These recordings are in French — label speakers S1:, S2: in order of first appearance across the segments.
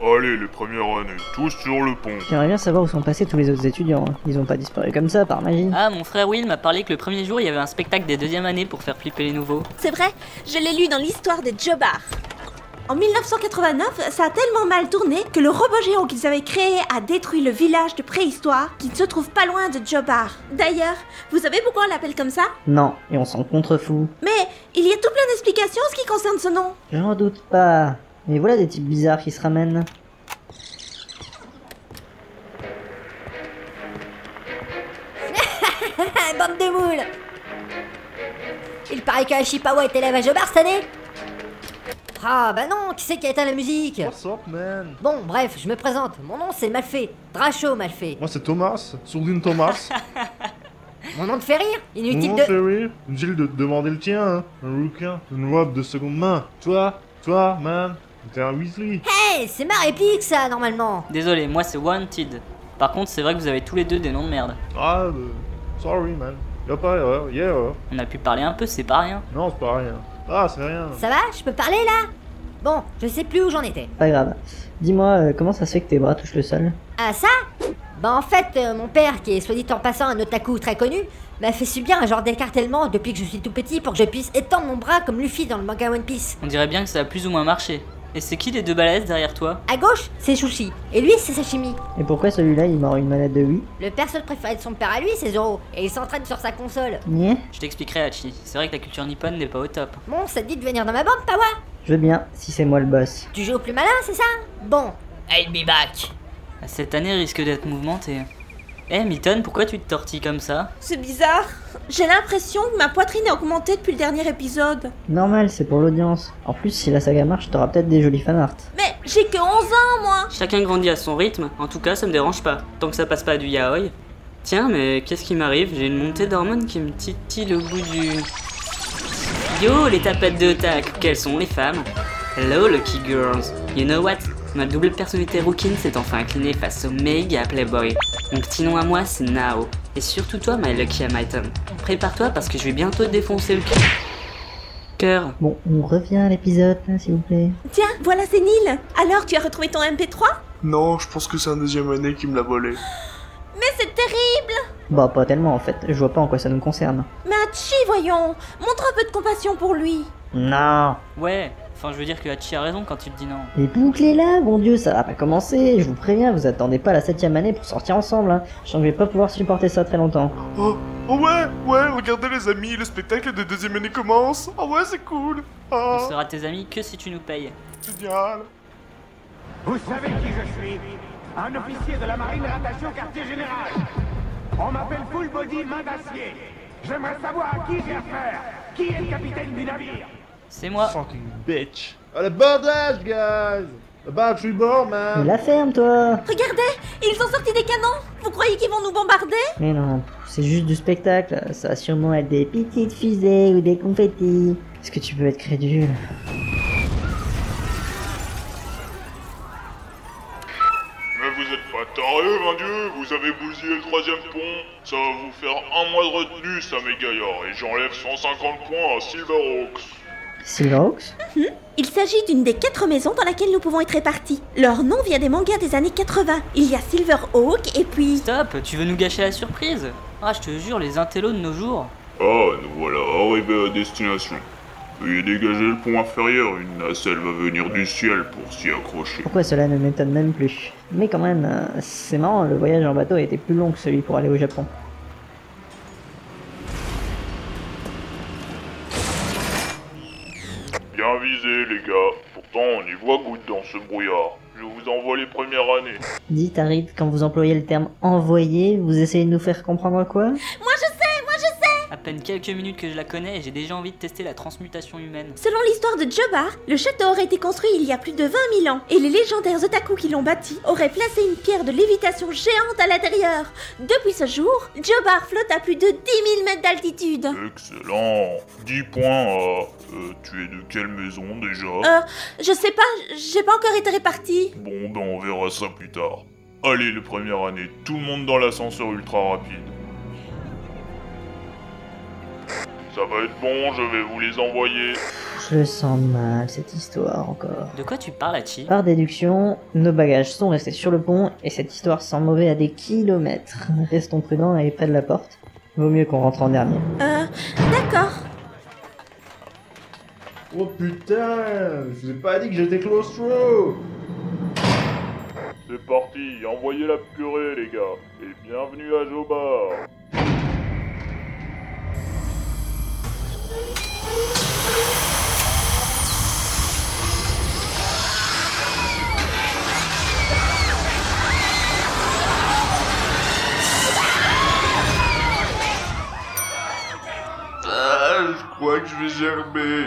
S1: Allez, les premières années, tous sur le pont.
S2: J'aimerais bien savoir où sont passés tous les autres étudiants. hein. Ils ont pas disparu comme ça par magie.
S3: Ah, mon frère Will m'a parlé que le premier jour, il y avait un spectacle des deuxièmes années pour faire flipper les nouveaux.
S4: C'est vrai, je l'ai lu dans l'histoire des Jobars. En 1989, ça a tellement mal tourné que le robot géant qu'ils avaient créé a détruit le village de préhistoire qui ne se trouve pas loin de Jobar. D'ailleurs, vous savez pourquoi on l'appelle comme ça
S2: Non, et on s'en contrefou.
S4: Mais il y a tout plein d'explications en ce qui concerne ce nom.
S2: J'en doute pas. Mais voilà des types bizarres qui se ramènent.
S5: Bande de moules Il paraît que Ashipawa est élève à Jobar cette année Ah bah non, qui c'est qui a éteint la musique
S6: What's up, man
S5: Bon, bref, je me présente. Mon nom c'est Malfait. Dracho Malfait.
S6: Moi, c'est Thomas, Sourdine Thomas.
S5: Mon nom te fait rire Inutile
S6: Mon
S5: de...
S6: chéri, inutile Eh de te demander le tien, hein. Un rouquin, une robe de seconde main. Hein, Toi, toi, man, t'es un Weasley.
S5: Hey, Eh, c'est ma réplique ça, normalement
S3: Désolé, moi c'est Wanted. Par contre, c'est vrai que vous avez tous les deux des noms de merde.
S6: Ah, euh, sorry, man. Y'a pas erreur, y'a erreur.
S3: On a pu parler un peu, c'est pas rien.
S6: Non, c'est pas rien. Ah, c'est rien.
S5: Ça va Je peux parler là Bon, je sais plus où j'en étais.
S2: Pas grave. Dis-moi, euh, comment ça se fait que tes bras touchent le sol
S5: Ah ça Bah en fait, euh, mon père, qui est soit dit en passant un otaku très connu, m'a fait subir un genre d'écartèlement depuis que je suis tout petit pour que je puisse étendre mon bras comme Luffy dans le manga One Piece.
S3: On dirait bien que ça a plus ou moins marché. Et c'est qui les deux balaises derrière toi
S5: À gauche, c'est Shushi, et lui, c'est Sashimi.
S2: Et pourquoi celui-là il mord une manette de Wii
S5: Le perso préféré de son père à lui, c'est Zoro, et il s'entraîne sur sa console.
S2: Niais
S3: Je t'expliquerai, Hachi. C'est vrai que la culture nippone n'est pas au top.
S5: Bon, ça te dit de venir dans ma bande, Pawa
S2: Je veux bien, si c'est moi le boss.
S5: Tu joues au plus malin, c'est ça Bon. I'll be back.
S3: Cette année risque d'être mouvementée. Eh Milton, pourquoi tu te tortilles comme ça
S4: C'est bizarre. J'ai l'impression que ma poitrine a augmenté depuis le dernier épisode.
S2: Normal, c'est pour l'audience. En plus, si la saga marche, t'auras peut-être des jolis fanarts.
S4: Mais j'ai que 11 ans, moi
S3: Chacun grandit à son rythme, en tout cas ça me dérange pas, tant que ça passe pas du yaoi. Tiens, mais qu'est-ce qui m'arrive J'ai une montée d'hormones qui me titille le bout du... Yo, les tapettes de tac, quelles sont les femmes Hello, lucky girls. You know what Ma double personnalité rookie s'est enfin inclinée face au méga playboy. Mon petit nom à moi, c'est Nao. Et surtout toi, my lucky Amaiton. Prépare-toi parce que je vais bientôt te défoncer le cœur. Cœur.
S2: Bon, on revient à l'épisode, là, s'il vous plaît.
S4: Tiens, voilà, c'est Neil. Alors, tu as retrouvé ton MP3
S7: Non, je pense que c'est un deuxième année qui me l'a volé.
S4: Mais c'est terrible
S2: Bah, pas tellement en fait, je vois pas en quoi ça nous concerne.
S4: Mais Hachi, voyons Montre un peu de compassion pour lui
S2: Non
S3: Ouais, enfin je veux dire que Hachi a raison quand tu te dis non.
S2: Les boucles est là, bon dieu, ça va pas commencer, je vous préviens, vous attendez pas la septième année pour sortir ensemble, hein. Je sens que je vais pas pouvoir supporter ça très longtemps.
S7: Oh, oh ouais, ouais, regardez les amis, le spectacle de deuxième année commence. Oh ouais, c'est cool.
S1: Oh.
S3: On
S7: Ah,
S3: sera tes amis que si tu nous payes.
S7: c'est génial.
S8: Vous savez qui je suis Un officier de la marine rattaché au quartier général. On m'appelle Full Body Main d'Acier. J'aimerais savoir à qui j'ai affaire. Qui est le capitaine du navire
S3: C'est moi.
S6: Fucking bitch. Allez, Ah, bandage, guys The battery board,
S2: Mais
S6: man
S2: la ferme, toi
S4: Regardez Ils ont sorti des canons Vous croyez qu'ils vont nous bombarder
S2: Mais non, c'est juste du spectacle, ça va sûrement être des petites fusées ou des confettis. Est-ce que tu peux être crédule
S1: Mais vous êtes pas tarés, mon dieu, vous avez bousillé le troisième pont. Ça va vous faire un mois de retenue, ça, mes gaillards, et j'enlève 150 points à Silverhawks.
S2: Silverhawks
S4: Il s'agit d'une des quatre maisons dans laquelle nous pouvons être répartis. Leur nom vient des mangas des années 80. Il y a Silverhawk et puis...
S3: Stop, tu veux nous gâcher la surprise Ah, je te jure, les intellos de nos jours.
S1: Ah, nous voilà arrivés à destination. Veuillez dégager le pont inférieur, une nacelle va venir du ciel pour s'y accrocher.
S2: Pourquoi cela ne m'étonne même plus Mais quand même, euh, c'est marrant, le voyage en bateau a été plus long que celui pour aller au Japon.
S1: Bien visé, les gars. Pourtant, on y voit goutte dans ce brouillard. Je vous envoie les premières années.
S2: Dites, Harid, quand vous employez le terme envoyer, vous essayez de nous faire comprendre quoi
S4: Moi je sais Moi je sais
S3: À peine quelques minutes que je la connais et j'ai déjà envie de tester la transmutation humaine.
S4: Selon l'histoire de Jobar, le château aurait été construit il y a plus de 20 000 ans, et les légendaires otaku qui l'ont bâti auraient placé une pierre de lévitation géante à l'intérieur. Depuis ce jour, Jobar flotte à plus de 10 000 mètres d'altitude.
S1: Excellent. 10 points à. Euh, tu es de quelle maison déjà
S4: Euh, je sais pas, j'ai pas encore été répartie.
S1: Bon, ben on verra ça plus tard. Allez, les premières années, tout le monde dans l'ascenseur ultra rapide. Ça va être bon, je vais vous les envoyer.
S2: Je le sens mal, cette histoire encore.
S3: De quoi tu parles, Hachi
S2: Par déduction, nos bagages sont restés sur le pont et cette histoire sent mauvais à des kilomètres. Restons prudents et près de la porte. Vaut mieux qu'on rentre en dernier.
S4: Euh, d'accord.
S6: Oh putain Je vous ai pas dit que j'étais claustro
S1: C'est parti, envoyez la purée les gars, et bienvenue à Jobar
S7: Ah, je crois que je vais gerber.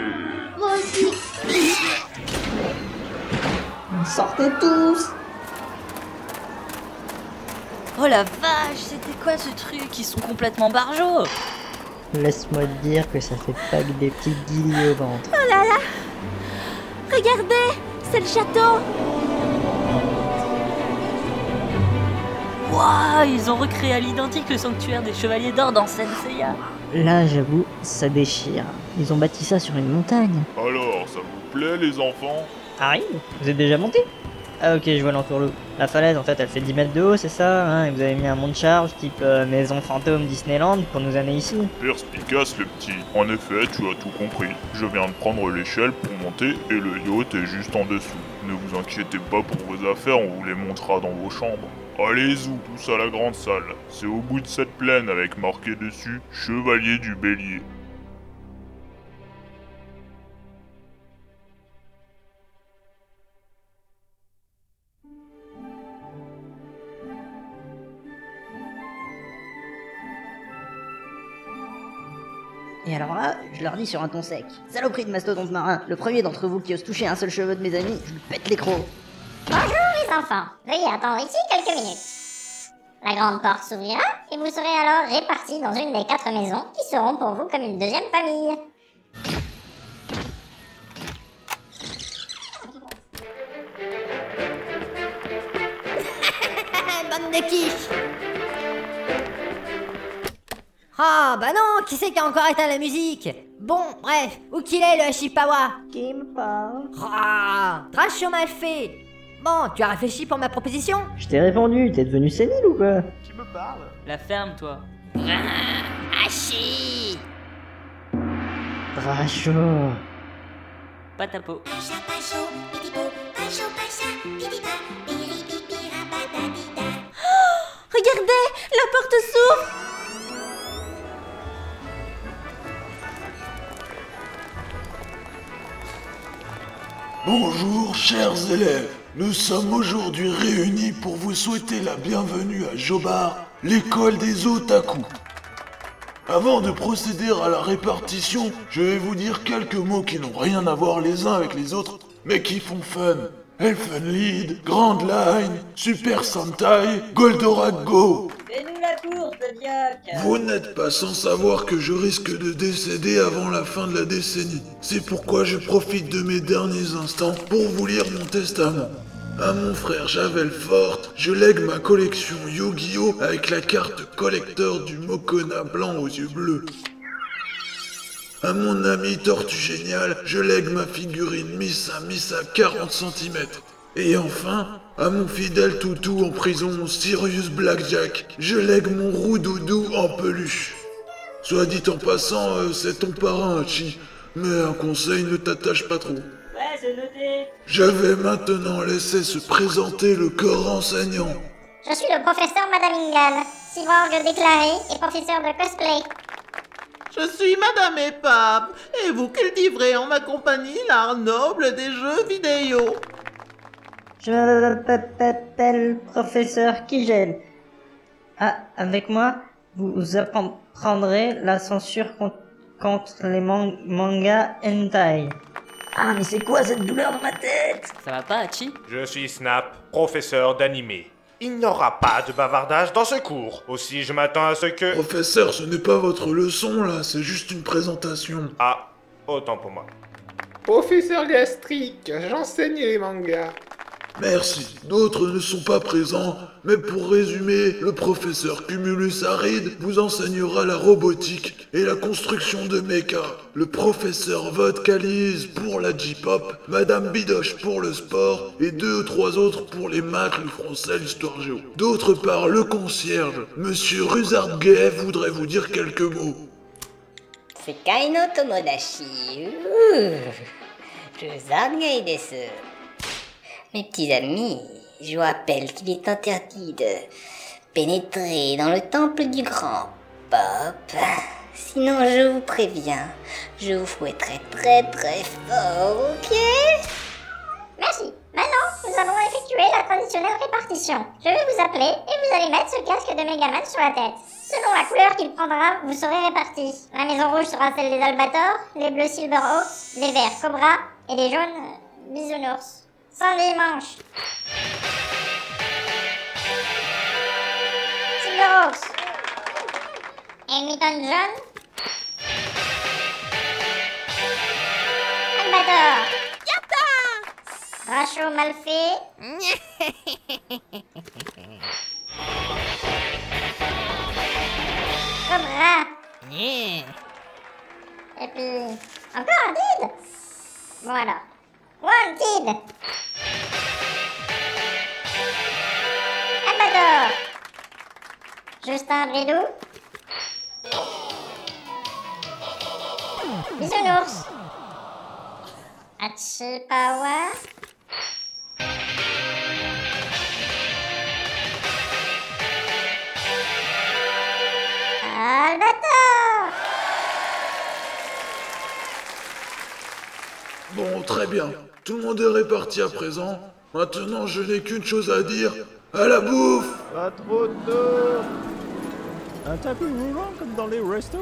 S2: Sortez tous
S9: Oh la vache, c'était quoi ce truc Ils sont complètement barjots
S2: Laisse-moi te dire que ça fait pas que des petites guillis au ventre.
S4: Regardez, c'est le château.
S9: Waouh, ils ont recréé à l'identique le sanctuaire des chevaliers d'or dans Senseiya
S2: Là, j'avoue, ça déchire. Ils ont bâti ça sur une montagne.
S1: Alors, ça vous plaît les enfants
S2: Arrive Vous êtes déjà monté Ah ok, je vois l'entourloupe. La falaise, en fait, elle fait 10 mètres de haut, c'est ça hein Et vous avez mis un monte charge type euh, maison fantôme Disneyland pour nous amener ici.
S1: Perspicace le petit. En effet, tu as tout compris. Je viens de prendre l'échelle pour monter et le yacht est juste en dessous. Ne vous inquiétez pas pour vos affaires, on vous les montrera dans vos chambres. Allez-y tous à la grande salle. C'est au bout de cette plaine avec marqué dessus Chevalier du Bélier.
S2: Et alors là, je leur dis sur un ton sec. Saloperie de mastodonte marin, le premier d'entre vous qui ose toucher un seul cheveu de mes amis, je lui pète les crocs.
S10: Les enfants, veuillez attendre ici quelques minutes. La grande porte s'ouvrira et vous serez alors répartis dans une des quatre maisons qui seront pour vous comme une deuxième famille.
S5: Eh, Bande de quiches Ah bah non, qui c'est qui a encore éteint la musique Bon, bref, où qu'il est le Hashipawa
S2: Qui me parle
S5: Ah, trash au mal fait Bon, tu as réfléchi pour ma proposition
S2: Je t'ai répondu, t'es devenu sénile ou quoi
S7: Qui me parle
S3: La ferme, toi.
S2: Dracho
S3: Pas ta peau.
S4: Regardez, la porte s'ouvre.
S11: Bonjour chers élèves, nous sommes aujourd'hui réunis pour vous souhaiter la bienvenue à Jobar, l'école des otaku. Avant de procéder à la répartition, je vais vous dire quelques mots qui n'ont rien à voir les uns avec les autres, mais qui font fun. Elfenlied, Grand Line, Super Sentai, Goldorak Go.
S9: Fais-nous la course, Bioc
S11: Vous n'êtes pas sans savoir que je risque de décéder avant la fin de la décennie. C'est pourquoi je profite de mes derniers instants pour vous lire mon testament. À Ah, mon frère Javel Forte, je lègue ma collection Yu-Gi-Oh! avec la carte collecteur du Mokona blanc aux yeux bleus. À mon ami Tortue Génial, je lègue ma figurine Miss à Miss à 40 cm. Et enfin, à mon fidèle toutou en prison, Sirius Blackjack, je lègue mon roux-doudou en peluche. Soit dit en passant, euh, c'est ton parrain, Hachi. Mais un conseil ne t'attache pas trop.
S9: Ouais, c'est noté
S11: Je vais maintenant laisser se présenter le corps enseignant.
S10: Je suis le professeur Madame Ingal, cyborg déclaré et professeur de cosplay.
S8: Je suis Madame Epap, et vous cultiverez en ma compagnie l'art noble des jeux vidéo.
S2: Je m'appelle professeur Kigel. Ah, avec moi, vous apprendrez la censure con- contre les man- mangas hentai. Ah, mais c'est quoi cette douleur dans ma tête
S3: Ça va pas, Hachi
S12: Je suis Snap, professeur d'animé. Il n'y aura pas de bavardage dans ce cours. Aussi, je m'attends à ce que...
S11: Professeur, ce n'est pas votre leçon là, c'est juste une présentation.
S12: Ah, autant pour moi.
S8: Professeur gastrique, j'enseigne les mangas.
S11: Merci. D'autres ne sont pas présents, mais pour résumer, le professeur Cumulus Arid vous enseignera la robotique et la construction de mechas. Le professeur Vodkalise pour la J-pop, Madame Bidoche pour le sport et deux ou trois autres pour les maths, le français, l'histoire géo. D'autre part, le concierge, Monsieur Ruzardguet voudrait vous dire quelques mots.
S13: 世界の友達うールザンゲイです Mes petits amis, je vous rappelle qu'il est interdit de pénétrer dans le temple du grand Pop. Sinon, je vous préviens, je vous fouetterai très très fort, ok
S10: Merci. Maintenant, nous allons effectuer la traditionnelle répartition. Je vais vous appeler et vous allez mettre ce casque de Megaman sur la tête. Selon la couleur qu'il prendra, vous serez répartis. La maison rouge sera celle des Albators, les bleus Silverhawk, les verts Cobra et les jaunes euh, Bisounours. Sans les manches. Silverhawks. Hamilton jaune. Albator. Rachot mal fait. Cobra. Et puis, encore un kid Bon alors. One kid Albator Justin Bridou Bisounours Hachipawa Albator
S11: Bon, très bien. Tout le monde est réparti à présent. Maintenant, je n'ai qu'une chose à dire. À la bouffe
S14: Pas trop tôt Un tapis roulant comme dans les restos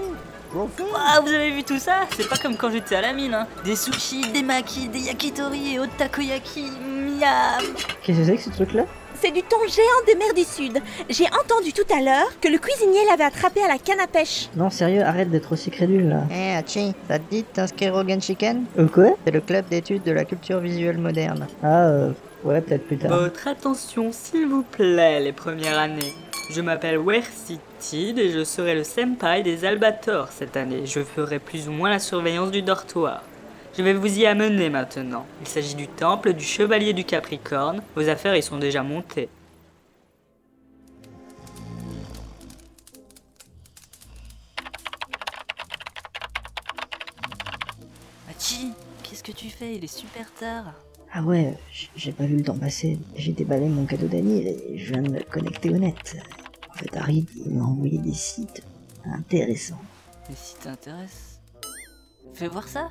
S3: Waouh, Ah, vous avez vu tout ça C'est pas comme quand j'étais à la mine, hein. Des sushis, des makis, des yakitori et autres takoyaki, miam
S4: Qu'est-ce que c'est que ce truc-là C'est du thon géant des mers du Sud. J'ai entendu tout à l'heure que le cuisinier l'avait attrapé à la canne à pêche.
S15: Non, sérieux, arrête d'être aussi crédule là.
S16: Eh, Hachi, ça te dit de t'inscrire au Genshiken
S15: Euh, quoi
S16: C'est le club d'études de la culture visuelle moderne.
S15: Ah, euh, ouais, peut-être plus tard.
S3: Votre attention, s'il vous plaît, les premières années. Je m'appelle Wercity et je serai le senpai des Albators cette année. Je ferai plus ou moins la surveillance du dortoir. Je vais vous y amener maintenant. Il s'agit du temple du chevalier du Capricorne. Vos affaires y sont déjà montées.
S9: Hachi, qu'est-ce que tu fais Il est super tard.
S15: Ah ouais, j- j'ai pas vu le temps passer. J'ai déballé mon cadeau d'Annie et je viens de me connecter au net. En fait, Harry il m'a envoyé des sites intéressants.
S9: Mais si t'intéresse. Fais voir ça